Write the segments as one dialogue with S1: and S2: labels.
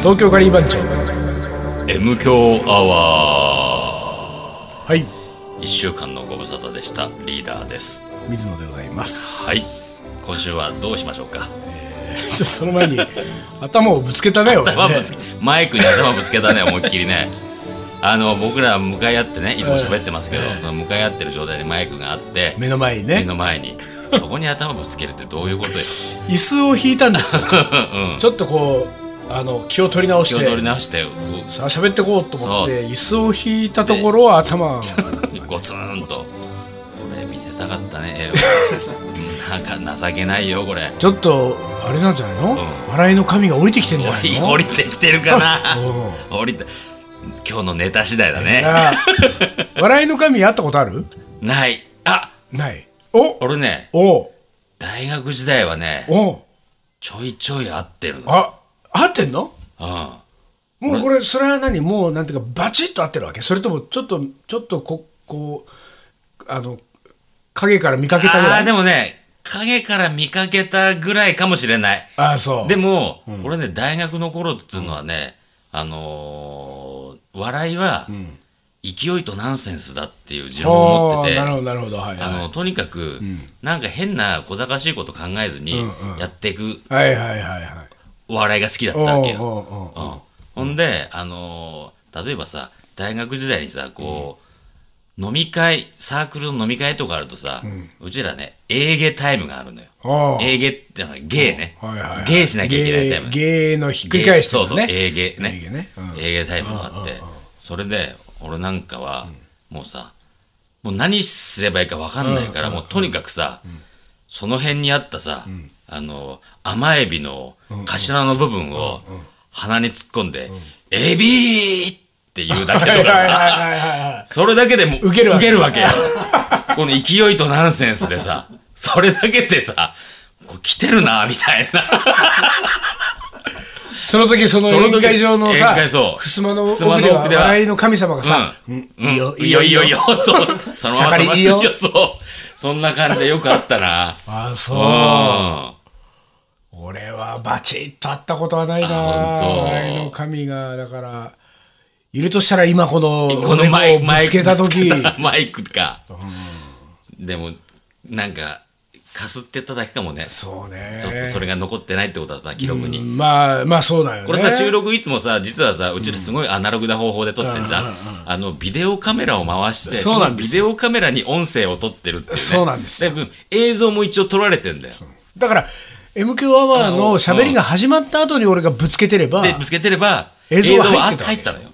S1: 東京ガリバン長
S2: M 強アワ
S1: はい
S2: ー1週間のご無沙汰でしたリーダーです
S1: 水野でございます
S2: はい今週はどうしましょうか
S1: その前に頭をぶつけたね俺
S2: 頭
S1: ね
S2: ぶつけマイクに頭ぶつけたね思いっきりねあの僕ら向かい合ってねいつも喋ってますけど、その向かい合ってる状態でマイクがあって
S1: 目の前に
S2: 目
S1: ね
S2: の前にそこに頭ぶつけるってどういうことよ
S1: 椅子を引いたんですよ
S2: うん
S1: ちょっとこうあの気を取り直
S2: 気
S1: し
S2: を取り
S1: て
S2: 直して
S1: さあ喋ってこうと思って椅子を引いたところは頭
S2: うゴツンとこれ見せたかったね 絵をなんか情けないよこれ
S1: ちょっとあれなんじゃないの、
S2: ん
S1: 笑いの神が降りてきてんじゃないの
S2: 降りてきてるかな
S1: うん
S2: 降りて今日のネタ次第だね
S1: ああ笑いの神会ったことある
S2: ないあ
S1: ないお
S2: 俺ね
S1: お
S2: 大学時代はね
S1: お
S2: ちょいちょい会ってるの
S1: あ合ってんの
S2: うん
S1: もうこれそれは何もうなんていうかバチッと合ってるわけそれともちょっとちょっとここうあの影から見かけたぐ
S2: あ
S1: ら
S2: あ
S1: い
S2: でもね影から見かけたぐらいかもしれない
S1: ああそう
S2: でも、俺ね大学の頃っつうのはね、あのー笑いは、勢いとナンセンスだっていう持論を持ってて
S1: ああなるほどなるほどはい
S2: あの
S1: は
S2: とにかく、なんか変な小賢しいこと考えずにやっていく
S1: いはいはいはいはい
S2: 笑いが好きだった
S1: おう
S2: わけよ。
S1: おうおう
S2: うんほんで、あのー例えばさ大学時代にさこう、飲み会サークルの飲み会とかあるとさ、うちらねエーゲタイムがあるのよ。
S1: おう
S2: エーゲってのはゲーね、
S1: はいはいはい
S2: ゲーしなきゃいけないタイ
S1: ゲー
S2: ム。
S1: ゲーのひっくり返して
S2: そう
S1: る
S2: そ
S1: の
S2: うエ
S1: ね
S2: ーゲね
S1: エーゲねうん
S2: エーゲタイムがあってそれで俺なんかはもうさもう何すればいいか分かんないからもうとにかくさその辺にあったさあの甘エビの頭の部分を鼻に突っ込んで「エビー!」って言うだけ
S1: は
S2: と
S1: い
S2: か
S1: はい
S2: さ
S1: はいはいはい
S2: それだけでもう
S1: 受けるわけ
S2: よ。この勢いとナンセンスでさ、それだけでさ、こう来てるな、みたいな。
S1: その時その
S2: その時
S1: 宴会場のさ
S2: 宴会そう
S1: 襖の
S2: 襖
S1: 奥
S2: の
S1: では
S2: 奥では
S1: 笑いの神様がさ「うんいいよ
S2: いいよいいよいいよ。そう、そうそのまま
S1: 盛りいいよ
S2: そのままそう。そんな感じでよくあったな。
S1: ああ
S2: う ん。
S1: そう
S2: あ
S1: 俺はバチッと会ったことはないな
S2: あ本当
S1: 笑いの神がだからいるとしたら今この
S2: このマ
S1: 骨を
S2: イ
S1: ぶ
S2: マイ
S1: つけた時
S2: ぶつけたマイクか。でも、なんか、かすってただけかもね。
S1: そうね
S2: ちょっとそれが残ってないってことだったな、記録に。
S1: まあまあそうだよね
S2: これさ、収録いつもさ、実はさ、うちらすごいアナログな方法で撮ってんじゃん。あの、ビデオカメラを回して、
S1: そうなんです
S2: そのビデオカメラに音声を撮ってるっていうね。
S1: そうなんですよ
S2: で映像も一応撮られてんだよ。
S1: だから MQ アワーの喋りが始まった後に俺がぶつけてれば
S2: で、ぶつけてれば、
S1: 映像が
S2: は
S1: 入ってた
S2: 入ってたのよ。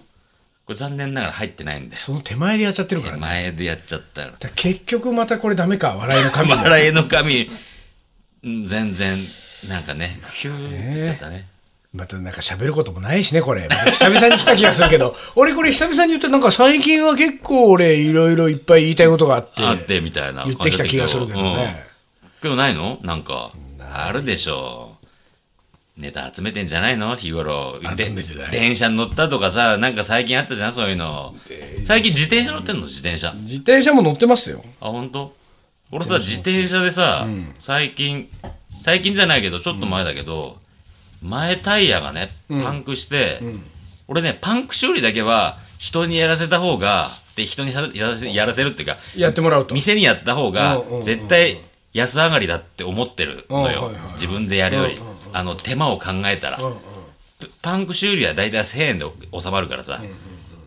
S2: これ残念ながら入ってないんだよ。
S1: その手前でやっちゃってるからね
S2: 前でやっちゃったか
S1: だ
S2: ら。
S1: から結局またこれダメか笑いの 神が
S2: 笑いの神、うん全然、なんかね、ヒューって言っちゃったね。
S1: またなんか喋ることもないしねこれまた久々に来た気がするけど 俺これ久々に言ってなんか最近は結構俺いろいろいっぱい言いたいことがあって
S2: あって、みたいな
S1: 言
S2: 感じ
S1: っ
S2: だった。
S1: てきた気がするけどね、
S2: うん。今日ないのなんか、あるでしょう。ネタ集めてんじゃないの日頃。で
S1: 集めてない
S2: 電車に乗ったとかさ、なんか最近あったじゃんそういうの。最近自転車乗ってんの自転車。あ、
S1: 自転車も乗ってますよ
S2: 本当？俺さ、自転車でさ、最近、最近じゃないけど、ちょっと前だけど、前タイヤがね、パンクして、俺ね、パンク修理だけは、人にやらせた方が、で、人にやらせやらせるっていうか、
S1: やってもらうと
S2: 店にやった方が
S1: うんうんうん
S2: 絶対安上がりだって思ってるの
S1: う
S2: よ
S1: んはいはい
S2: 自分でやるよりあの手間を考えたらプパンク修理は大体1000円で収まるからさ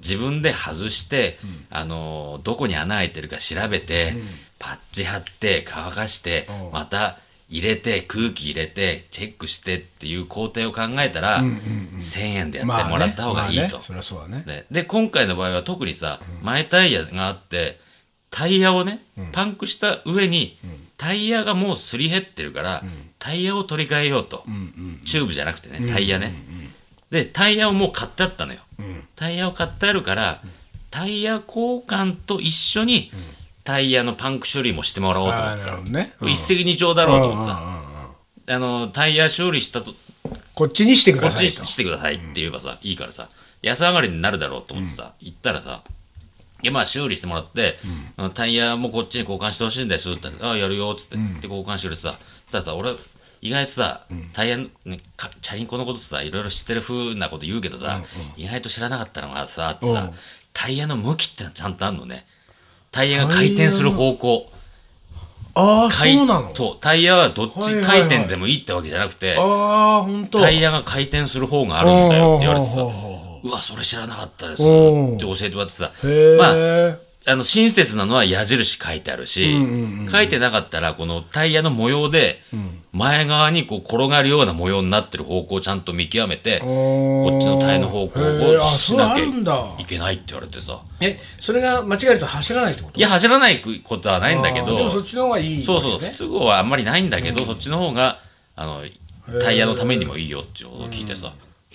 S2: 自分で外してあのーどこに穴開いてるか調べてパッチ貼って乾かしてまた入れて空気入れてチェックしてっていう工程を考えたら1000円でやってもらった方がいい
S1: まあねまあ
S2: と
S1: ね、そりゃそうだね
S2: ね、で今回の場合は特にさ前タイヤがあってタイヤをねパンクした上にタイヤがもうすり減ってるからタイヤを取り替えようとチューブじゃなくてねタイヤねでタイヤをもう買ってあったのよタイヤを買ってあるからタイヤ交換と一緒にタイヤのパンク処理もしてもらおうと思って
S1: あーな
S2: さ
S1: るほどね
S2: 一石二鳥だろうと思ってさあのタイヤ修理したと
S1: こっちにしてくだ
S2: こっち
S1: さい
S2: に
S1: と
S2: してくださいって言えばさ、いいからさ安上がりになるだろうと思ってさ、行ったらさいやまあ修理してもらって、あのタイヤもこっちに交換してほしいんですって言ったら、ああやるよっつって、で交換してくれてさたださ俺意外とさ、タイヤのねかチャリンコのことさ、いろいろ知ってる風なこと言うけどさ、意外と知らなかったのがさ、って
S1: う
S2: さ
S1: ん、
S2: タイヤの向きってのはちゃんとあんのね。タイヤが回転する方向。
S1: ああ、
S2: 回
S1: そうなの
S2: そう、タイヤはどっ
S1: はい
S2: ち
S1: はい
S2: 回
S1: はい
S2: 転でもいいってわけじゃなくて、
S1: ああ、本当。
S2: タイヤが回転する方があるんだよって言われてさ
S1: おうおう、
S2: うわ、それ知らなかったですっ
S1: おう
S2: て教えてもらってさ、
S1: へえ、
S2: まあ、あの親切なのは矢印書いてあるし、書いてなかったらこのタイヤの模様で前側にこう転がるような模様になってる方向をちゃんと見極めて
S1: おー
S2: こっちのタイヤの方向
S1: へー
S2: を
S1: あ
S2: しな
S1: そうあ
S2: きゃ
S1: るんだ
S2: いけないって言われてさ
S1: え、それが間違えると走らないってこと
S2: いや走らないことはないんだけ
S1: あーで
S2: ど
S1: もそっちの方がいい、ね。
S2: そうそう不都合はあんまりないんだけどそっちの方があのタイヤのためにもいいよっていうことを聞いてさ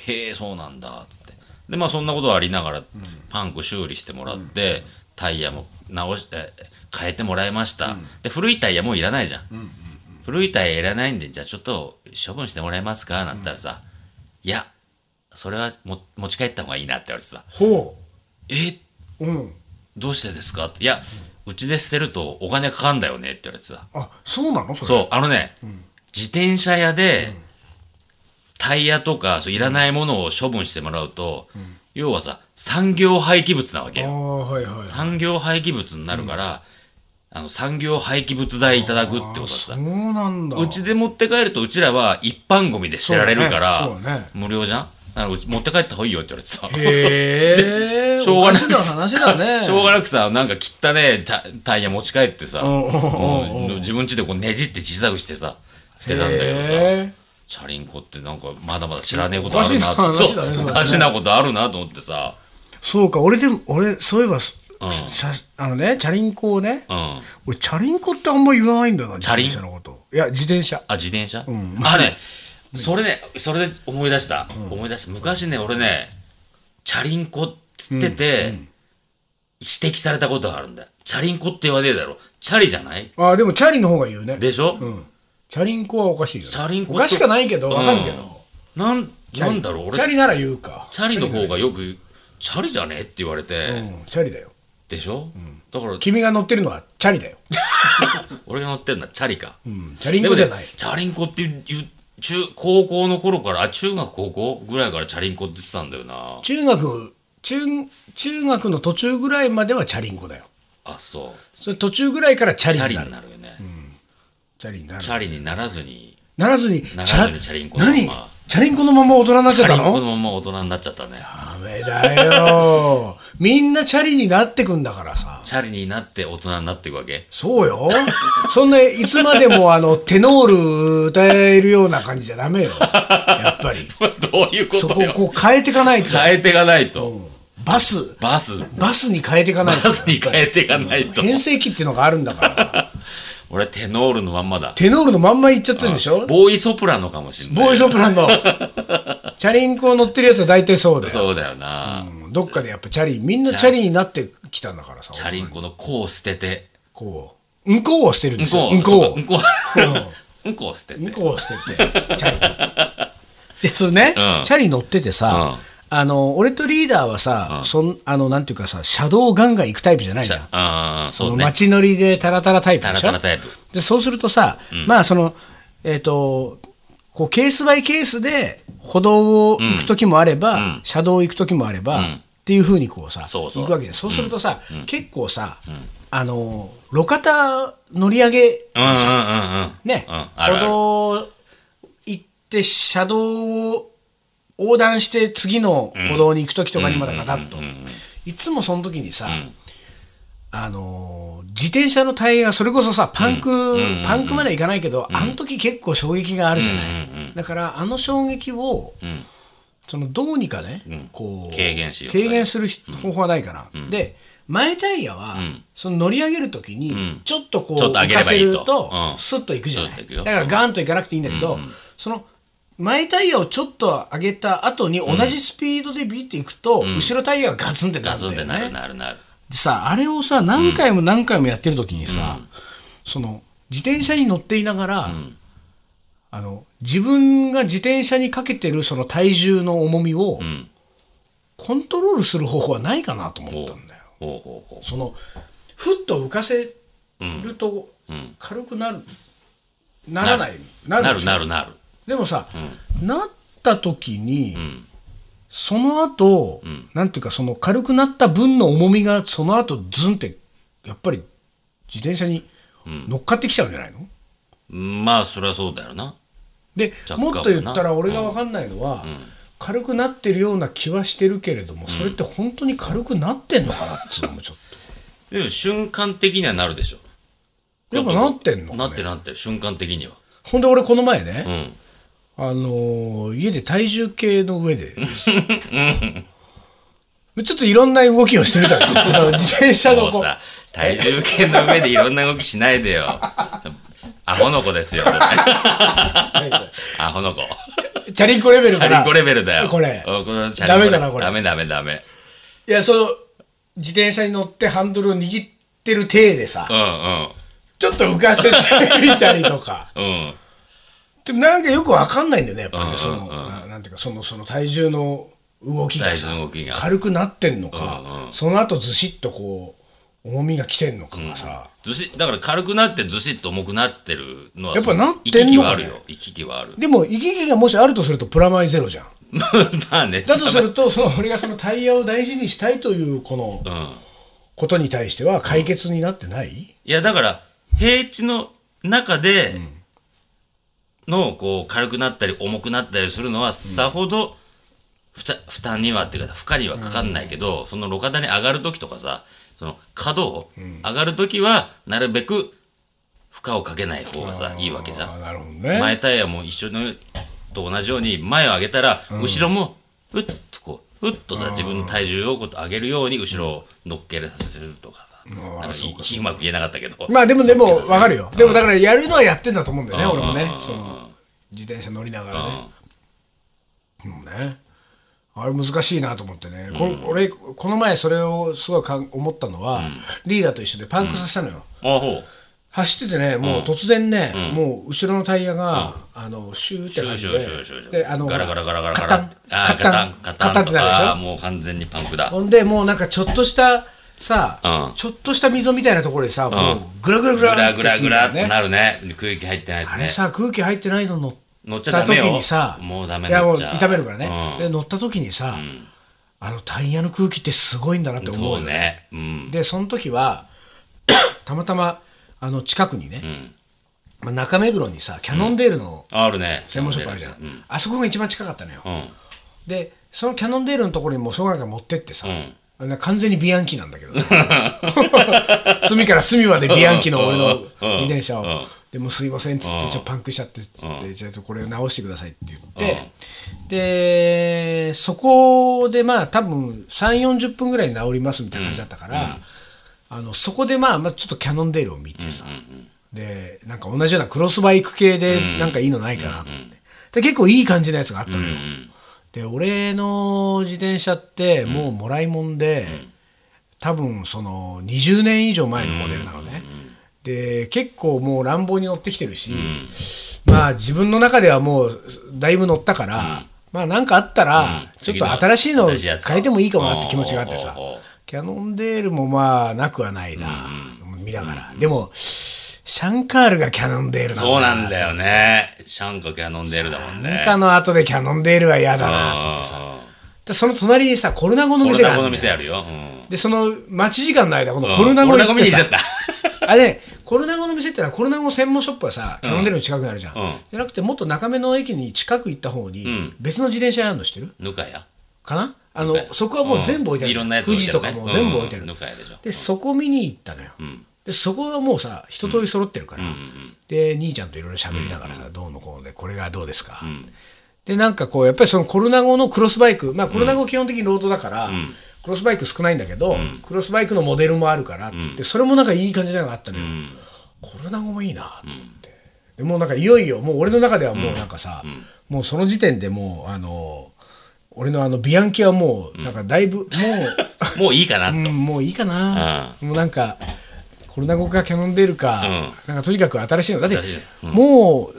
S2: へえそうなんだっつってでまあそんなことありながらパンク修理してもらってタイヤも直して変えてもらいましたで古いタイヤもういらないじゃん古いタイヤいらないんでじゃあちょっと処分してもらえますかなんて言ったらさいやそれはも持ち帰った方がいいなって言われてさ
S1: ほ
S2: えー
S1: う。うん。
S2: どうしてですかっていやうちで捨てるとお金かかんだよねって言われてさ
S1: あ、そうなのそれ。
S2: そう、あのね、自転車屋で、タイヤとかそういらないものを処分してもらうと、要はさ、産業廃棄物なわけ
S1: あ
S2: よ。
S1: あ、はいはい。
S2: 産業廃棄物になるから、あの産業廃棄物代いただくってこと
S1: そ
S2: さ。
S1: うなんだ。
S2: うちで持って帰ると、うちらは一般ゴミで捨てられるから、
S1: そうねそうね
S2: 無料じゃんだからうち持って帰った方がいいよって言われてさ。
S1: へ え。
S2: しょうがなく
S1: おかし話だね。
S2: しょうがなくさ、なんか切ったねえタタイヤ持ち帰ってさ、
S1: んうんうん
S2: うん自分家でこうねじって自作してさ、捨てたんだけどさ。
S1: へ
S2: チャリンコってなんかまだまだ知らねえことあるな
S1: おかしな話だね
S2: そ
S1: そうれ
S2: お
S1: ね
S2: かしなことあるなと思ってさ、
S1: えそうか、俺でも、俺、そういえば、
S2: うん
S1: さあのね、チャリンコをね、
S2: うん、
S1: 俺、チャリンコってあんま言わないんだよな、
S2: チ
S1: 自
S2: ャリン
S1: 転車のこと。いや、自転車。
S2: あ自転車、あねそれねそれで思い出した、思い出した昔ね俺ねチャリンコっつってて、指摘されたことがあるんだよチャリンコって言わねえだろチャリじゃない
S1: ああ、でも、チャリの方が言うね。
S2: でしょ、
S1: うん。チャリンコはおかしいよね。
S2: チャリンコ
S1: おかしくないけど、
S2: うん
S1: わかるけど。
S2: なんなんだろう
S1: チャ
S2: 俺
S1: リなら言うか。
S2: チャリの方がよくチャリじゃねえって言われて、
S1: うん、チャリだよ。
S2: でしょ、だから
S1: 君が乗ってるのはチャリだよ。
S2: 俺が乗ってるのはチャリか、
S1: うん、チャリンコじゃない。
S2: チャリンコっていういう中高校の頃からあ中学高校ぐらいからチャリンコって言ってたんだよな
S1: 中学、中、中学の途中ぐらいまではチャリンコだよ。
S2: あそう
S1: それ途中ぐらいからチャリ
S2: チャ
S1: に
S2: リ
S1: なる
S2: に。なるよね、
S1: チャリになる
S2: チ。ャリにならずに
S1: ならずに、
S2: ならずにチャリンコのまま
S1: 何チャリンコのまま大人になっち
S2: チ
S1: ゃっ
S2: ャリ
S1: た
S2: ンコ
S1: の
S2: のまま大人になっちゃったね
S1: ダメだよ。みんなチャリになってくんだからさ。
S2: チャリになって大人になっていくわけ
S1: そうよ。そんないつまでもあの、テノール歌えるような感じじゃダメよ。やっぱ り。
S2: どういうこ
S1: そことを
S2: よ
S1: こう変えていかないと。
S2: 変えていかないと
S1: バス、
S2: バス
S1: バスに変えていかないと
S2: バ。スに変えていかないと
S1: 変成期っていうのがあるんだから。
S2: 俺テノールのまんまだ
S1: テノールのまんま行っちゃってるでしょ
S2: ボーイソプラノかもしれない
S1: ボーイソプラノ。チャリンコ乗ってるやつは大体そうだよ。
S2: そうだよな、
S1: うんどっかでやっぱチャリ、みんなチャリになってきたんだからさ。
S2: チャリンコの「こ」を捨てて
S1: こう。うんこを捨てるん
S2: 「うん
S1: ですよ。
S2: こ」
S1: うん
S2: そう
S1: こ
S2: か
S1: を
S2: うん。こ」うんこを捨てて
S1: うんこを捨てて、チャリ。で、それね、
S2: うん
S1: チャリ乗っててさ、あの、俺とリーダーはさ、そん、あの、なんていうかさ、車道ガンガン行くタイプじゃないじゃん。
S2: ああ、そうね。
S1: 街乗りでタラタラタイプ
S2: タ
S1: で
S2: ラ
S1: しょ
S2: タラタイプ。
S1: でそうするとさ、まあそのえっ、とこうケースバイケースで歩道を行く時もあれば、車道を行く時もあれば、っていうふうにこうさ
S2: そうそう
S1: 行くわけでそうするとさ、結構さ、あの路肩乗り上げ
S2: うんうんうんうん。
S1: ね、
S2: うん、あるあ
S1: 歩
S2: る。
S1: 道を行って車道を横断して次の歩道に行く時とかにまだガタッといつもその時にさ、あのー自転車のタイヤがそれこそさパンク、パンクまではいかないけど、あの時結構衝撃があるじゃない、だからあの衝撃を、そのどうにかね、こう
S2: 軽減しよう
S1: 軽減するひ方法はないかな、で前タイヤは、その乗り上げる時にちょっとこう
S2: ちょっと上
S1: 浮
S2: げれ
S1: か
S2: ばい
S1: せ
S2: いと
S1: ると
S2: うん
S1: スッといくじゃない
S2: スッと行くよ
S1: だからガンといかなくていいんだけど、その前タイヤをちょっと上げた後に同じスピードでビっていくと、後ろタイヤがガツンってな
S2: ガ
S1: るんだ
S2: ツ
S1: よ
S2: ンっ
S1: ね
S2: てなるなるなる。
S1: でさあれをさ何回も何回もやってる時にさ、その自転車に乗っていながら、あの自分が自転車にかけてるその体重の重みを、コントロールする方法はないかなと思ったんだよ。
S2: ほうほうほ
S1: そのふっと浮かせると軽くなるならないな
S2: な
S1: で
S2: る
S1: しょ
S2: なるなる。
S1: でもさ、なった時に、その後、なんていうかその軽くなった分の重みがその後ズンってやっぱり自転車に乗っかってきちゃうんじゃないの、
S2: まあ、それはそうだよな。
S1: で
S2: 若干
S1: もっ
S2: はな
S1: と言ったら俺が分かんないのは、軽くなってるような気はしてるけれども、それって本当に軽くなってんのかなっていうのもちょっ
S2: でも瞬間的にはなるでしょ。
S1: とやっぱなってんのか
S2: なっ
S1: ね
S2: てるなってる、瞬間的には。
S1: ほんで俺この前ね、
S2: うん。
S1: あのー家で体重計の上でです よちょっといろんな動きをしてみたんですよその自転車の
S2: もう
S1: こう
S2: さ、体重計の上でいろんな動きしないでよ。 そアホの子ですよ、これアホの子。
S1: チャリンコレベル
S2: チ
S1: か
S2: ャリ
S1: ら
S2: ンコレベルだよ。
S1: これ
S2: うんこのチャリ
S1: ダメ
S2: ンコレ
S1: だなこれ
S2: ダメダメダメ。
S1: いやその自転車に乗ってハンドルを握ってる体でさ、
S2: う
S1: ちょっと浮かせてみたりと か
S2: んうん。うん。
S1: でもなんかよくわかんないんだよねやっぱり、ね
S2: うん
S1: そのななんていうかそのその体重の動きがさ
S2: 体重の動きが
S1: 軽くなってんのか、その後ずしっとこう重みが来てんのかがさ、
S2: ずしだから軽くなってずしっと重くなってるのは
S1: やっぱなってんの
S2: 行き来はある
S1: か
S2: よ行き来はある
S1: でも行き来がもしあるとするとプラマイゼロじゃん
S2: まあね
S1: だとするとその俺がそのタイヤを大事にしたいというこの
S2: うん
S1: ことに対しては解決になってない、
S2: いやだから平地の中でのこう軽くなったり重くなったりするのはさほど負担負担にはっていうか負荷にはかかんないけど、その路肩に上がる時とかさその角を上がる時はなるべく負荷をかけない方がさいいわけじゃん
S1: あ。なるほどね、
S2: 前タイヤも一緒のと同じように前を上げたら後ろもうっとこううっとさ自分の体重をこう上げるように後ろを乗っけさせるとかさなんかいうまく言えなかったけど
S1: まあでもでも
S2: 乗っけさせ
S1: 分かるよでもだからやるのはやってんだと思うんだよね
S2: うん
S1: 俺もね
S2: うん
S1: その自転車乗りなが
S2: う
S1: らね
S2: ん
S1: でもねあれ難しいなと思ってね、こ俺この前それをすごいかん思ったのは、リーダーと一緒でパンクさせたのよ、
S2: あほう
S1: 走っててね、もう突然ね、もう後ろのタイヤが、あのシューって
S2: シュ
S1: 感
S2: ー
S1: じ
S2: シュ
S1: で
S2: ーシューシューシュー
S1: であの
S2: ガラガラガラガラ
S1: カ
S2: ガ
S1: タ
S2: ラ
S1: ン
S2: あ
S1: カ
S2: ーカタ
S1: タ
S2: ン
S1: ン
S2: カ
S1: カ
S2: タ
S1: タ
S2: ン
S1: ン
S2: と
S1: ってなるでし
S2: あー
S1: ょ
S2: もう完全にパンクだ
S1: ほんでもうなんかちょっとしたさ、
S2: うん
S1: ちょっとした溝みたいなところでさ、もうグラグラ
S2: グ
S1: グラ
S2: ラ
S1: っ
S2: グ
S1: て
S2: ラ
S1: すん
S2: グ
S1: だ
S2: ラ
S1: よ
S2: って
S1: ね
S2: なるね空気入ってないと
S1: あれ
S2: ね
S1: さ空気入ってないの乗っ
S2: 乗っちゃ
S1: た
S2: ダメ
S1: 時
S2: よ
S1: にさ
S2: もうダメ
S1: いやもう
S2: 乗っちゃう
S1: 痛めるからね、
S2: うん
S1: で乗った時にさ、あのタイヤの空気ってすごいんだなって思うよ
S2: そうねうん
S1: でその時は たまたまあの近くにね、
S2: ん
S1: まあ、中目黒にさキャノンデールの
S2: あるね
S1: 専門ショップあるじゃん、
S2: うん
S1: あそこが一番近かったのよ、
S2: うん
S1: でそのキャノンデールのところにもうしょうがないから持ってってさ、
S2: うん
S1: な完全にビアンキなんだけどさ 隅から隅までビアンキの俺の自転車を
S2: うんうん
S1: でもうすいませんっつってちょっとパンクしちゃってっつってちょっとこれ直してくださいって言ってでそこでまあ多分3 4 0分ぐらい直りますみたいな感じだったから、あのそこでまあまあちょっとキャノンデールを見てさ、でなんか同じようなクロスバイク系でなんかいいのないかなと思って、で結構いい感じのやつがあったのよ、で俺の自転車ってもうもらいもんで、多分その20年以上前のモデルなのね、で結構もう乱暴に乗ってきてるし、まあ自分の中ではもうだいぶ乗ったから、まあなんかあったらちょっと新しいのを変えてもいいかもなって気持ちがあってさ
S2: おうおうおう
S1: キャノンデールもまあなくはないな、見ながら、でもシャンカールがキャノンデールなんだ
S2: そうなんだよね。シャンカキャノンデールだもん
S1: なん
S2: ね。
S1: かの後でキャノンデールは嫌だなと思ってさでその隣にさコルナゴの
S2: コル
S1: 店があ
S2: ナ
S1: るの
S2: ゴの
S1: よ
S2: 店あるよ。うん
S1: でその待ち時間の間このコ
S2: う
S1: ル
S2: ん
S1: ナゴ行っ
S2: 見
S1: て
S2: に行っちゃ
S1: さ
S2: っ、た。
S1: あれねコルナゴの店ってのはコルナゴ専門ショップはさキャノンデールの近くにあるじゃん、
S2: うん
S1: じゃなくてもっと中目の駅に近く行った方に別の自転車屋あるの知ってる
S2: ぬかや。
S1: かなあの
S2: ぬかや
S1: そこはもう全部置いてある、
S2: うんいろんなやつ
S1: 富
S2: 置い
S1: 士
S2: てあ
S1: と
S2: るね
S1: かも全部置いてある、
S2: うんぬかやでしょ。
S1: でそこ見に行ったのよ、でそこはもうさ一通り揃ってるから、で兄ちゃんといろいろ喋りながらさ、どうのこうのでこれがどうですか、でなんかこうやっぱりそのコロナ後のクロスバイクまあコロナ後基本的にロードだから、クロスバイク少ないんだけど、クロスバイクのモデルもあるからっつって、それもなんかいい感じなのがあったのよ、コロナ後もいいなと思って、でもうなんかいよいよもう俺の中ではもうなんかさ、もうその時点でもうあの俺のあのビアンキはもうなんかだいぶ、もう
S2: もういいかなと。
S1: うん、もういいかな、もうなんかコロナ後かキャノンデールか、なんかとにかく新しいのだって
S2: 新しい、
S1: もう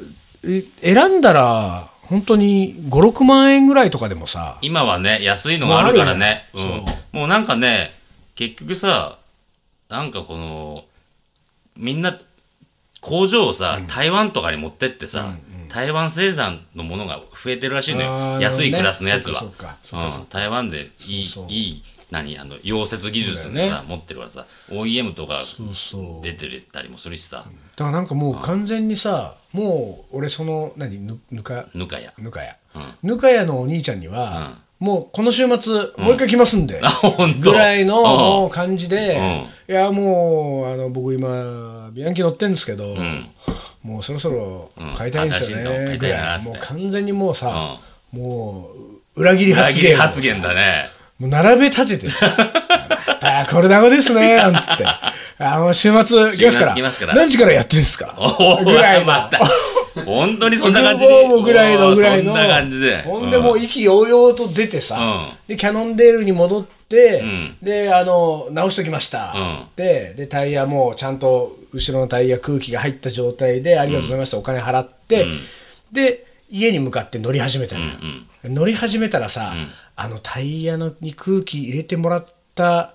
S1: え選んだら本当に56万円ぐらいとかでもさ
S2: 今はね、安いのがあるからね。う
S1: ま
S2: ん
S1: ああるよね。
S2: もうなんかね、結局さ、なんかこの、みんな、工場をさ、台湾とかに持ってってさ、台湾生産のものが増えてるらしいのよ、
S1: あー
S2: 安いクラスのやつは、
S1: なるほどねそっかそっかそっかそっか
S2: うん台湾でいい
S1: そうそう
S2: いい何あの溶接技術とか
S1: そうだよ
S2: 持ってるからさ、OEM とか
S1: そうそう
S2: 出てたりもするしさ、
S1: だからなんかもう完全にさもう俺その何ぬぬか
S2: ぬかや
S1: ぬかや、ぬかやのお兄ちゃんには、もうこの週末もう一回来ますんで、
S2: あ本 当
S1: ぐらいの
S2: うん
S1: もう感じで、いやもうあの僕今ビアンキ乗ってんですけど、もうそろそろ買いたいんですよ
S2: うん新しいの買
S1: ね
S2: い
S1: ぐ
S2: たいな
S1: ら
S2: っ
S1: い
S2: つっ
S1: もう
S2: て
S1: 完全にもうさ、もう裏切り
S2: 裏
S1: 発
S2: 切
S1: 言
S2: り
S1: を
S2: 発言だね
S1: もう並べ立てて さ、あーこれだごですね、なんつって。あの、週末来ますか。
S2: 週末来ますからら
S1: 何時からやってるんですか
S2: お
S1: ぐらいの。
S2: また本当にそんな感じ
S1: グーボーボーぐらいのぐらいの。
S2: そんな感じで
S1: ほんでもう意気揚々と出てさ、
S2: うん
S1: で、キャノンデールに戻って、
S2: ん
S1: で、あの、直しときました、
S2: うん
S1: で、で、タイヤもちゃんと後ろのタイヤ空気が入った状態で、ありがとうございました、お金払って、で、家に向かって乗り始めたのよ、乗り始めたらさ、あのタイヤのに空気入れてもらった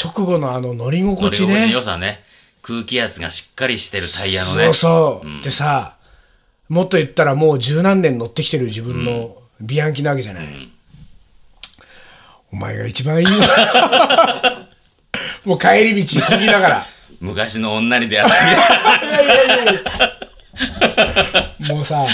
S1: 直後のあの乗り心
S2: 乗り
S1: 地
S2: 心
S1: ね
S2: 地の良さね空気圧がしっかりしてるタイヤの
S1: そ
S2: ね
S1: うそう、でさもっと言ったらもう十何年乗ってきてる自分のビアンキなわけじゃない、お前が一番いいよ もう帰り道過ぎながら
S2: 昔の女に出会ったみたい
S1: もうさ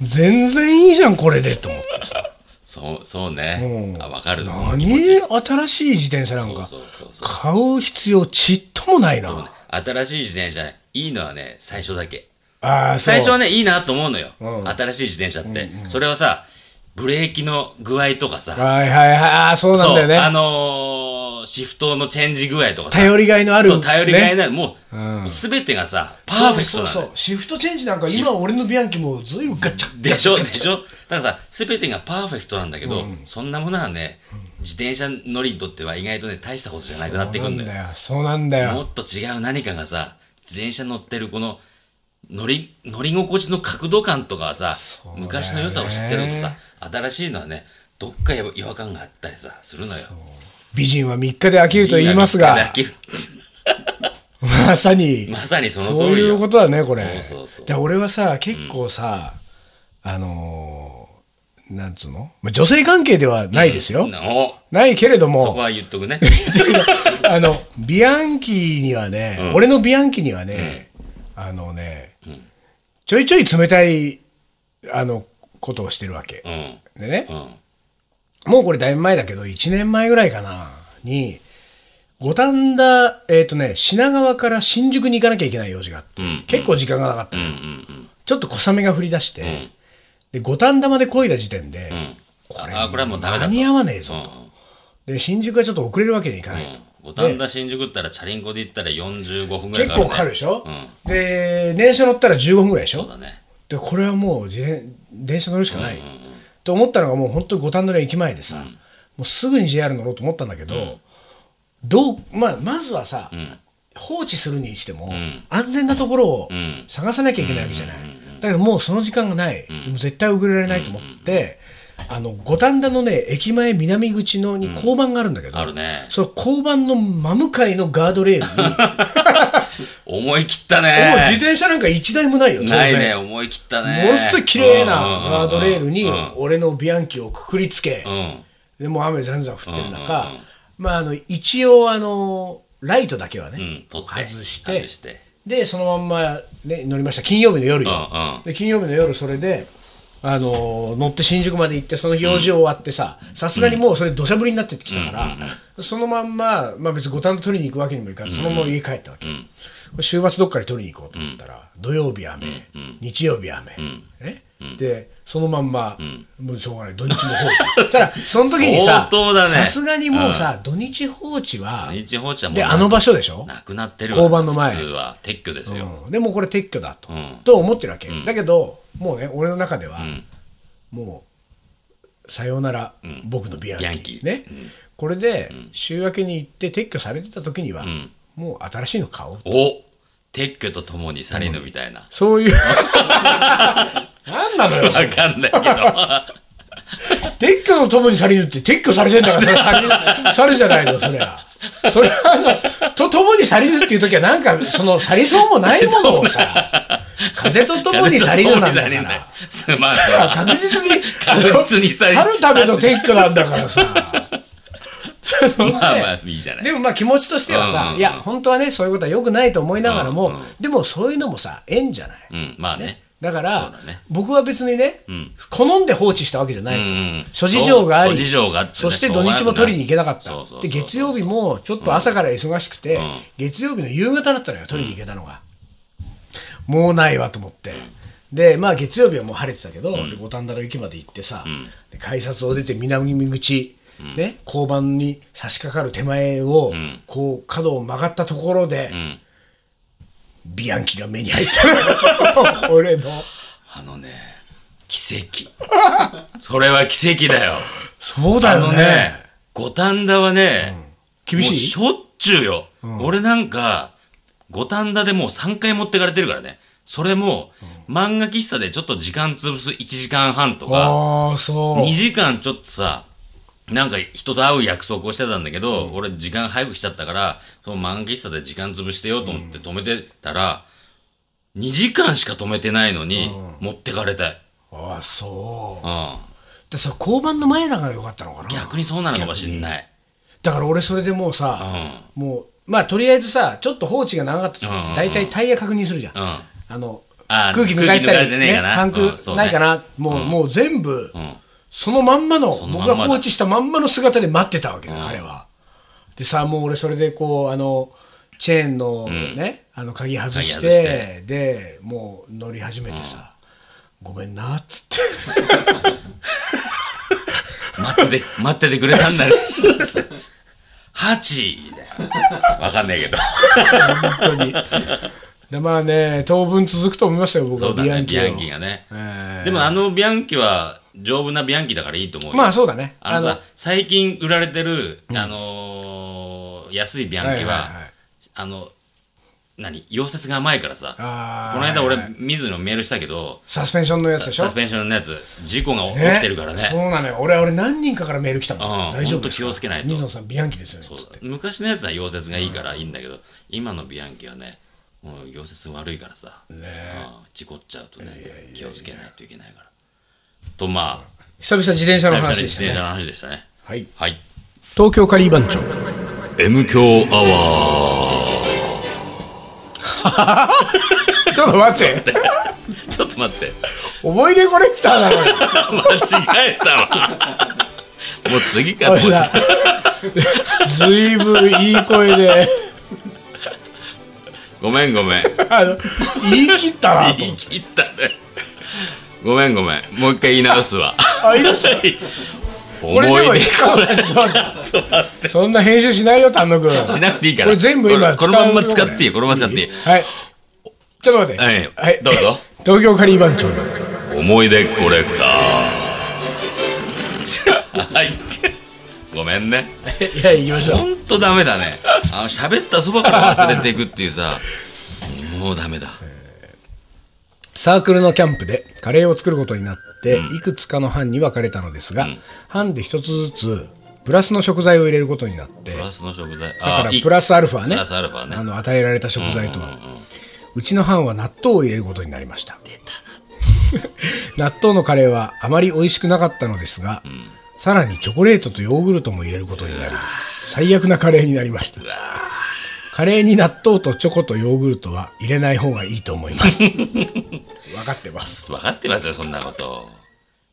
S1: 全然いいじゃんこれでと思ってさ
S2: そうそうね
S1: うん
S2: あ分かるその 気持
S1: 何
S2: ち
S1: 新しい自転車なん
S2: そう
S1: か
S2: そうそうそう
S1: 買う必要ちっともないな
S2: 新しい自転車いいのはね最初だけ
S1: ああそう
S2: 最初はねいいなと思うのよ
S1: ん
S2: 新しい自転車ってそれはさブレーキの具合とかさ
S1: はいはいはいああそうなんだ
S2: そ
S1: よ
S2: うあ
S1: ね
S2: のーシフトのチェンジ具合とかさ
S1: 頼りがいのある
S2: そう頼りがい
S1: ね
S2: ない、も
S1: う
S2: う、すべてがさ、パーフェクトな
S1: そう
S2: の
S1: そう
S2: よ
S1: そうシフトチェンジなんか今俺のビアンキもうずいぶんガッチャ
S2: でしょでしょだからさ、すべてがパーフェクトなんだけど、そんなものはね、自転車乗りにとっては意外とね、大したことじゃなくなってく
S1: そ
S2: ん
S1: うなん
S2: だ
S1: だ
S2: よ。
S1: よそうなんだ
S2: も
S1: よ
S2: っと違う何かがさ、自転車乗ってるこの、乗り、乗り心地の角度感とかはさ、
S1: うだよね
S2: 昔の良さを知ってるのとさ、新しいのはね、どっかや違和感があったりさ、するのよ。
S1: 美人は3日で飽きると言いますが
S2: 自由な
S1: まさに
S2: まさにその
S1: そう
S2: 通り
S1: い
S2: よ
S1: う。ことだねこれ
S2: そうそうそう
S1: で俺はさ結構さあのーなんつうのまあ女性関係ではないですよ
S2: お
S1: ないけれど
S2: そこ
S1: も
S2: は言っと くね。
S1: あのビアンキにはね俺のビアンキにはねあのねちょいちょい冷たいあのことをしてるわけ
S2: うん。
S1: でね
S2: うん。
S1: もうこれだいぶ前だけど、1年前ぐらいかな、に、五反田、えっ、とね、品川から新宿に行かなきゃいけない用事があって、結構時間がなかったの、ちょっと小雨が降り出して、で、五反田まで漕いだ時点で、
S2: これあこれはもうダメ
S1: 間
S2: だと。
S1: に合わねえぞと。
S2: うん
S1: で、新宿はちょっと遅れるわけにいかないと。
S2: 五反田新宿ったらチャリンコで行ったら45分ぐら
S1: 結
S2: いかかる、
S1: 構
S2: ね、
S1: かかるでしょ、で、電車乗ったら15分ぐらいでし
S2: そう
S1: ょ
S2: だね
S1: で、これはもう自転、電車乗るしかない。と思ったのがもう本当に五反田の駅前でさ、もうすぐに JR 乗ろうと思ったんだけど、どうまあ、まずはさ、放置するにしても、安全なところを探さなきゃいけないわけじゃない、だけどもうその時間がない、もう絶対遅れられないと思って、あの五反田のね駅前南口のに交番があるんだけど、
S2: あるね
S1: その交番の真向かいのガードレール にもう
S2: 思い切った
S1: 自
S2: ね
S1: 転車なんか一台もないよ当然
S2: ないね思い切ったね
S1: ものすごい綺麗なガードレールに
S2: うんうん
S1: 俺のビアンキをくくりつけ、
S2: うんうん
S1: でもう雨ざんざん降ってる中、まあ、あの一応あのライトだけはね、
S2: うん取って
S1: 外して
S2: 外して
S1: でそのまんま、ね、乗りました金曜日の夜よ、
S2: うんうん
S1: で金曜日の夜それで、あの乗って新宿まで行ってその用事終わってささすがにもうそれ土砂降りになってきたから、そのまんま、まあ、別に五反田取りに行くわけにもいかずそのまま家帰ったわけ、週末どっかに取りに行こうと思ったら、土曜日雨、日曜日雨、ねでそのまんま、もうしょうがない土日も放 置ただその時にさ
S2: 相当だね
S1: さすがにもうさ、土日放置は
S2: 日放置はもう
S1: であの場所でしょ
S2: なくなってる
S1: 交番の前
S2: 普通は撤去ですよ、
S1: うんでもうこれ撤去だと,、
S2: ん
S1: と思ってるわけ、だけどもうね俺の中では、もうさようなら、僕のビアンキ
S2: ビアンキ
S1: ね、これで週明けに行って撤去されてた時には、もう新しいの買おう
S2: お撤去とともに去りぬみたいな、
S1: そう いうなんなのよ
S2: わかんないけど
S1: 撤去のともに去りぬって撤去されてんだからそれ去り去るじゃないのそりゃそれはあの、とともに去りぬっていう時は、なんか、その、去りそうもないものを さ、風とともに去りぬなんだか
S2: 風と共に去りぬ
S1: ら。
S2: すまんす まん
S1: 確実に、
S2: 確実に去り
S1: 去るためのテックなんだからさ。 そんなね
S2: まあまあいいじゃない
S1: でもまあ気持ちとしてはさ、
S2: うんうんうん
S1: いや、本当はね、そういうことは良くないと思いながらも、
S2: うんうん
S1: でもそういうのもさ、縁じゃない。
S2: うんまあね
S1: だから
S2: そうだね
S1: 僕は別にね、
S2: ん
S1: 好んで放置したわけじゃない、
S2: うん
S1: 諸事情があり
S2: そう諸事情があってね
S1: そして土日も取りに行けなかった
S2: そうそうそう
S1: で月曜日もちょっと朝から忙しくて、
S2: ん
S1: 月曜日の夕方だったのよ取りに行けたのが、もうないわと思って。でまあ、月曜日はもう晴れてたけど、で五反田の駅まで行ってさ、で改札を出て南口、ね、交番に差し掛かる手前を、こう角を曲がったところで、
S2: ん
S1: ビアンキが目に入ったの 俺の。
S2: あのね奇 跡それは奇跡だよ
S1: そうだ
S2: あ
S1: よ
S2: の
S1: ね。
S2: ね五反田はね
S1: 厳しい
S2: もうしょっちゅうよ俺なんか五反田でもう3回持ってかれてるからねそれも漫画喫茶でちょっと時間潰す1時間半とか
S1: ああ、そう。
S2: 2時間ちょっとさ、なんか人と会う約束をしてたんだけど、俺時間早く来ちゃったから、その漫画喫茶で時間潰してよと思って止めてたら、2時間しか止めてないのに、持ってかれたい。
S1: ああ、そう。
S2: うん。
S1: でさ、交番の前だからよかったのかな。
S2: 逆にそうなのかもしんない。
S1: だから俺それでもう
S2: うん。う
S1: さ、
S2: ん。
S1: もう、まあとりあえずさ、ちょっと放置が長かった時って大体タイヤ確認するじゃん。
S2: あ
S1: あの、
S2: あー
S1: 空気抜かれてた
S2: 空気抜かれ
S1: り、
S2: てねえかな
S1: パンク
S2: うんそうね
S1: ないかな。もう、もう全部、
S2: ん
S1: そのまんまの
S2: のまんま
S1: 僕が
S2: だ
S1: 放置したまんまの姿で待ってたわけだ、彼は。でさ、もう俺それでこう、あの、チェーンのね、あの鍵外して
S2: 鍵外して
S1: で、もう乗り始めてさ、ごめんなっつって。
S2: 待ってて、待っててくれたん だね。8だよ。わかんないけど。
S1: 本当に。でまあね、当分続くと思いましたよ、僕
S2: そ
S1: は
S2: うだ
S1: ビア
S2: ね、
S1: ンキ
S2: ビ
S1: を
S2: アンキがね。
S1: え
S2: でもあのビアンキは丈夫なビアンキだからいいと思う
S1: ー
S2: よ。
S1: まあそうだね。
S2: あの
S1: あの
S2: さ、最近売られてる、あのー安いビアン
S1: はいは
S2: キは、
S1: いはい
S2: あの、何溶接が甘いからさ、
S1: あー
S2: この間俺、水野にメールしたけど、
S1: サスペンションのやつ
S2: サ
S1: でしょ
S2: スペンションのやつ、事故が起
S1: ね
S2: きてるからね。
S1: そうなのよ。俺、俺何人かからメール来たもん。
S2: うん
S1: 大丈夫ですか
S2: ほんと気をつけないと
S1: 水野さん、ビアンキですよね。つって。
S2: 昔のやつは溶接がいいからいいんだけど、今のビアンキはね、もう溶接悪いからさ、うん事故っちゃうとね、気をつけないといけないから。と、まあ、
S1: 久々自転車
S2: 久
S1: の
S2: 々に
S1: 話
S2: 自
S1: でした
S2: 転車
S1: ね。
S2: の話でしたね。
S1: はい。
S2: はい。
S1: 東京カリー番 長。
S2: M 強アワ
S1: ちょっと待って。
S2: ー。 ちょっと待って。
S1: 思い出コレクターだろ。
S2: 間違えたわ。 もう次かと
S1: お
S2: 思
S1: い
S2: って
S1: さ ずいぶんいい声で、
S2: ごめんごめん。
S1: あの、言い切ったなと
S2: 言
S1: 思っ
S2: い
S1: て。
S2: 切ったね。ごめんごめん。もう一回言い直すわ。
S1: あ、いいです
S2: 思
S1: こ
S2: い
S1: れ
S2: 出
S1: でもいいかそんな編集しないよ、丹野くん。
S2: しなくていいから。
S1: これ全部今
S2: これこのまんま使
S1: 使う
S2: っていい。このまま使っていい。
S1: はい。ちょっと待って。
S2: はいどうぞ。
S1: 東京カリー番長の。
S2: 思い出コレクター。はい。ごめんね。
S1: いや、行きましょう。
S2: ほんとダメだね。あの、喋ったそばから忘れていくっていうさ。もうダメだ。
S1: サークルのキャンプでカレーを作ることになって、いくつかの班に分かれたのですが、班で一つずつプラスの食材を入れることになって
S2: プラスの食材。
S1: だから
S2: あいい
S1: プラスアルファね
S2: プラスアルファね
S1: あの与えられた食材とは、うちの班は納豆を入れることになりました納豆のカレーはあまり美味しくなかったのですが、さらにチョコレートとヨーグルトも入れることになり最悪なカレーになりましたカレーに納豆とチョコとヨーグルトは入れない方がいいと思います 分かってます
S2: 分かってますよ、そんなこと。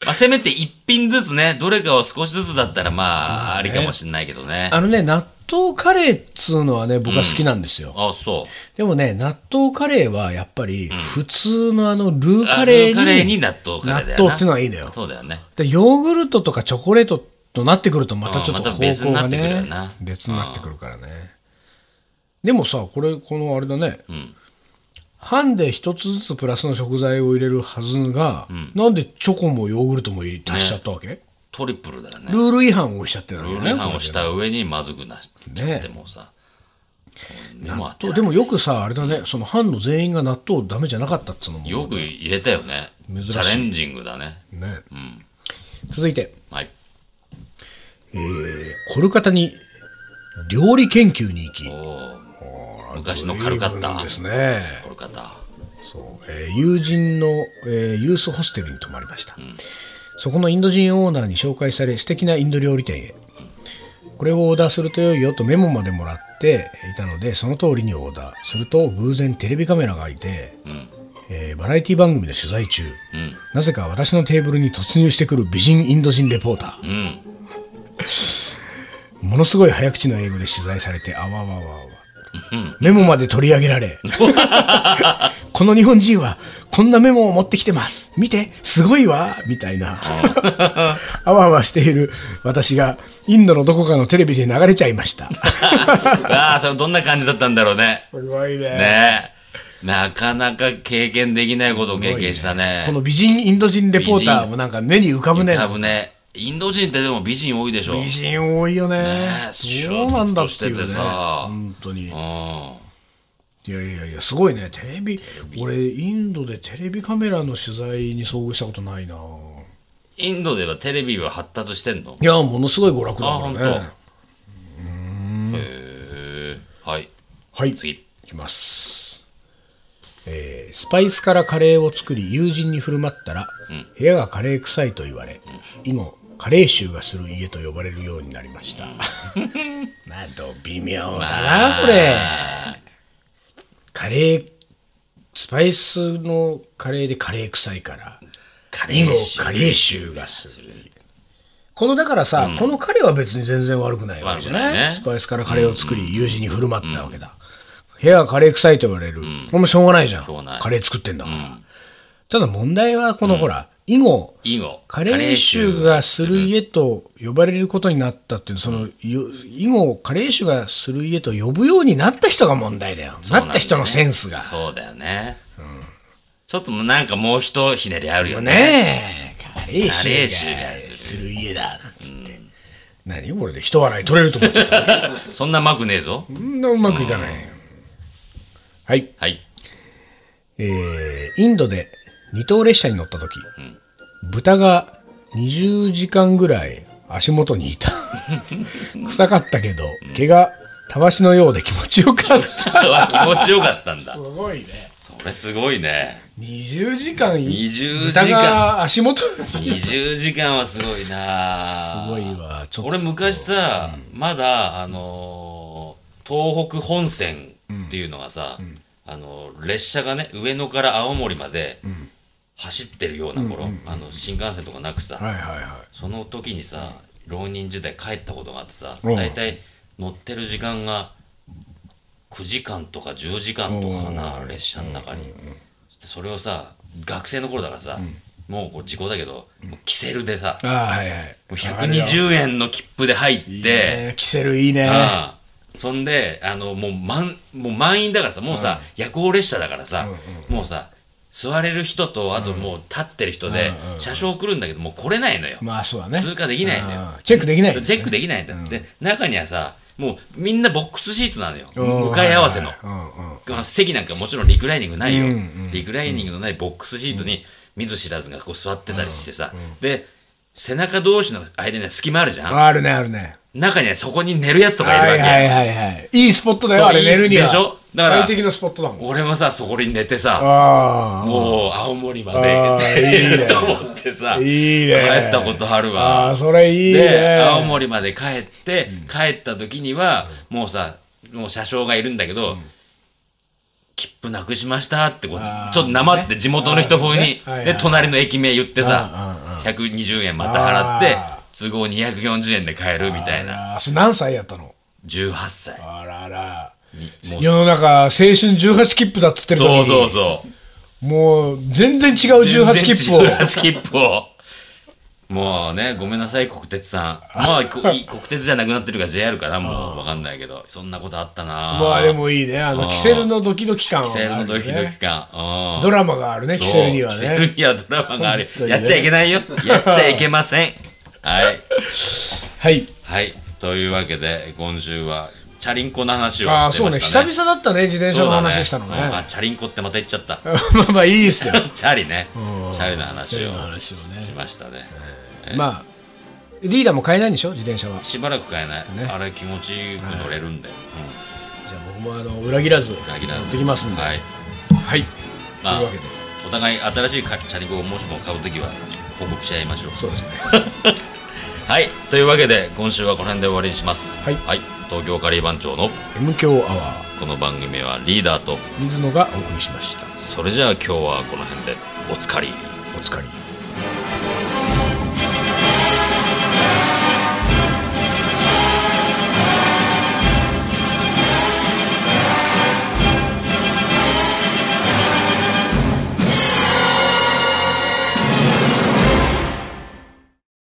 S2: まあ、せめて一品ずつね、どれかを少しずつだったら、まあ、ありかもしんないけどね。
S1: あのね、納豆カレーっつうのはね、僕は好きなんですよ。
S2: あ、そ
S1: でもね、納豆カレーはやっぱり、普通のあの、ルー
S2: う。あ
S1: カレーに、
S2: カレーに納豆カレーだよな。
S1: 納豆っていうのはいいのよ。
S2: そうだよね。
S1: でヨーグルトとかチョコレートとなってくると、またちょっと
S2: うんま
S1: 方
S2: た別
S1: 向
S2: にな
S1: が
S2: ってくるよ
S1: ね
S2: な、
S1: 別になってくるからね。でもさ、これ、このあれだね、
S2: ん
S1: 半で一つずつプラスの食材を入れるはずが、なんでチョコもヨーグルトも入れ足しちゃったわけ、
S2: トリプルだよね。
S1: ルール違反をしちゃってるのよね。
S2: 違反をした上にまずくなっちゃってもさ。目も当て
S1: と
S2: ない
S1: でもよくさあれだねその班の全員が納豆ダメじゃなかったっつうのも
S2: よく入れたよね。
S1: 珍しい
S2: チャレンジングだね。
S1: ね、続いて、
S2: はい。
S1: えーコルカタに料理研究に行き
S2: おお昔の軽かっ
S1: 随
S2: た
S1: 分ですね
S2: 軽かった
S1: そう、えー友人の、えーユースホステルに泊まりました、そこのインド人オーナーに紹介され素敵なインド料理店へこれをオーダーすると良いよとメモまでもらっていたのでその通りにオーダーすると偶然テレビカメラが開いて、
S2: うん
S1: えーバラエティ番組の取材中
S2: うん
S1: なぜか私のテーブルに突入してくる美人インド人レポーター
S2: うん
S1: ものすごい早口の英語で取材されてあわわわわわメモまで取り上げられこの日本人はこんなメモを持ってきてます見てすごいわみたいなあわあわしている私がインドのどこかのテレビで流れちゃいました
S2: ああそれどんな感じだったんだろうね
S1: すごいね
S2: ねえなかなか経験できないことを経験したね
S1: この美人インド人レポーターもなんか目に浮かぶね
S2: 多分ねインド人ってでも美人多いでしょ
S1: 美人多いよね
S2: ね
S1: そうなんだっていう
S2: シュッとし
S1: ね
S2: ててさ
S1: 本当に
S2: うん
S1: いやいやいや、すごいね。テレビ、俺、インドでテレビカメラの取材に遭遇したことないな。
S2: インドではテレビは発達してんの
S1: いや、ものすごい娯楽
S2: あ
S1: だから
S2: 本当。
S1: ね。
S2: へえはい
S1: はい、い
S2: 次
S1: きます。えースパイスからカレーを作り、友人に振る舞ったら、部屋がカレー臭いと言われ、以後、カレー臭がする家と呼ばれるようになりました。など、微妙だな、これ。カレー、スパイスのカレーでカレー臭いから。
S2: カ
S1: 以後
S2: 臭
S1: カレー臭がするこのだからさ、このカレーは別に全然悪くないわけじゃない
S2: 悪くないね
S1: スパイスからカレーを作り、友人に振る舞ったわけだ、部屋がカレー臭いと言われる、これもしょうがないじゃん
S2: しょうがない
S1: カレー作ってんだから、ただ問題はこのほら、以後
S2: 以後
S1: カレー臭がする家と呼ばれることになったっていうその、よ以後カレー臭がする家と呼ぶようになった人が問題だよ
S2: そう
S1: なった人のセンスが
S2: そうだよね、ちょっともうなんかもうひとひねりあるよね
S1: ねえ、カレー
S2: カレー
S1: 臭
S2: 臭
S1: が
S2: が
S1: す
S2: す
S1: る家だ、なんつって。何これで一笑い取れると思っちゃった。
S2: そんなうまくねえぞ
S1: そんなうまくいかない。はい。
S2: はい
S1: えー、インドで二等列車に乗った時、豚が20時間ぐらい足元にい た。臭かったけど、毛がたわしのようで気持ちよかった。
S2: わ気持ちよかったんだ
S1: すごいね。
S2: それすごいね
S1: 20時間
S2: 20時
S1: 豚
S2: 間
S1: が足元に。す
S2: 20時間はすごいな
S1: ごいわ。ちょっと
S2: 俺昔さ、まだあのー東北本線っていうのがさ、あのー列車がね上野から青森まで走ってるような頃、あの新幹線とかなくさ、
S1: はいはいはい。
S2: その時にさ浪人時代帰ったことがあってさ
S1: うん
S2: 大体乗ってる時間が9時間とか10時間とかかな列車の中にそれをさ学生の頃だからさもうこれ時効だけどもうキセルで さ
S1: ああ、はいはい。
S2: もう120円の切符で入って
S1: えーキセルいいね。
S2: うんそんであのもう満もう満員だからさもうさ、夜行列車だからさ、もうさ座れる人とあともう立ってる人で車掌来るんだけどもう来れないのよ、
S1: まあ、そうだね。
S2: 通過できないんだよ
S1: うん。チェックできない。
S2: チェックできないんだよ、で中にはさもうみんなボックスシートなのよ
S1: うん
S2: 向かい合わせの、
S1: はいはいうんうん
S2: まあ席なんかもちろんリクライニングないよ、
S1: うんうん
S2: リクライニングのないボックスシートに見ず知らずがこう座ってたりしてさ、で背中同士の間には隙間あるじゃん
S1: あるね、あるね。
S2: 中にはそこに寝るやつとかいるわ
S1: は
S2: け、
S1: いはいはいはい。いいスポットだよ、
S2: そう
S1: あれ
S2: いい
S1: 寝るには。
S2: でしょだから
S1: 最適なスポットだもん。
S2: 俺もさそこに寝てさ
S1: あ
S2: もう青森ま
S1: あ
S2: で
S1: ー
S2: 寝
S1: いいね
S2: ると思ってさ
S1: あ。いいね。
S2: 帰ったことある
S1: あ
S2: わ
S1: あ、それいい
S2: で青
S1: ね。
S2: 森まで帰って帰った時にはもうさもう車掌がいるんだけど切符なくしましたってこと
S1: あー
S2: ちょっとなまって地元の人風に
S1: あーそうねはいはい
S2: で隣の駅名言って
S1: うんうんう
S2: さ120円また払って
S1: あ
S2: 都合240円で買えるみたいな
S1: ああ、それ何歳やったの
S2: 18歳
S1: あらら。
S2: もう
S1: 世の中、青春18切符だっつってる時
S2: そ
S1: に
S2: うそうそう
S1: もう、全然違う18切符を。
S2: 18切符を。もうね、ごめんなさい、国鉄さん。まあ、こい国鉄じゃなくなってるから JR かな、もうわかんないけど。そんなことあったな
S1: まあでもいいね。あの、
S2: あー
S1: キセルのドキドキ感はあ
S2: キ
S1: る
S2: セ
S1: ね
S2: ルのドキドキ感。うん
S1: ドラマがあるね、キセルには
S2: そうキセ
S1: ね。
S2: ルにはドラマがある
S1: 本当。にね
S2: やっちゃい けないよ。やっちゃいけません。はい。
S1: はい。
S2: はい。というわけで、今週は、チャリンコの話をして
S1: ああ、
S2: ま
S1: そうね。
S2: した
S1: 久
S2: ね。
S1: 々だったね、自転車の話したのね。
S2: そうだあ、チャリンコってまた言っちゃった。
S1: まあまあいいですよ。
S2: チャリね。チャリの話を
S1: 話をね
S2: しましたね。
S1: まあ、リーダーも買えないんでしょ自転車は
S2: しばらく買えない、
S1: ね
S2: あれ気持ちよく乗れるんで、
S1: じゃあ僕もあの裏切らず
S2: うん、裏切らず
S1: 持ってきますんでは、
S2: はいいまあ
S1: というわけで
S2: お互い新しいかチャリコをもしも買うときは報告し合いましょう
S1: そうですね
S2: はいというわけで今週はこの辺で終わりにします
S1: はい
S2: 東京カリー番長の
S1: M 強アワー
S2: この番組はリーダーと
S1: 水野がお送りしました
S2: それじゃあ今日はこの辺でおつかり
S1: お疲れ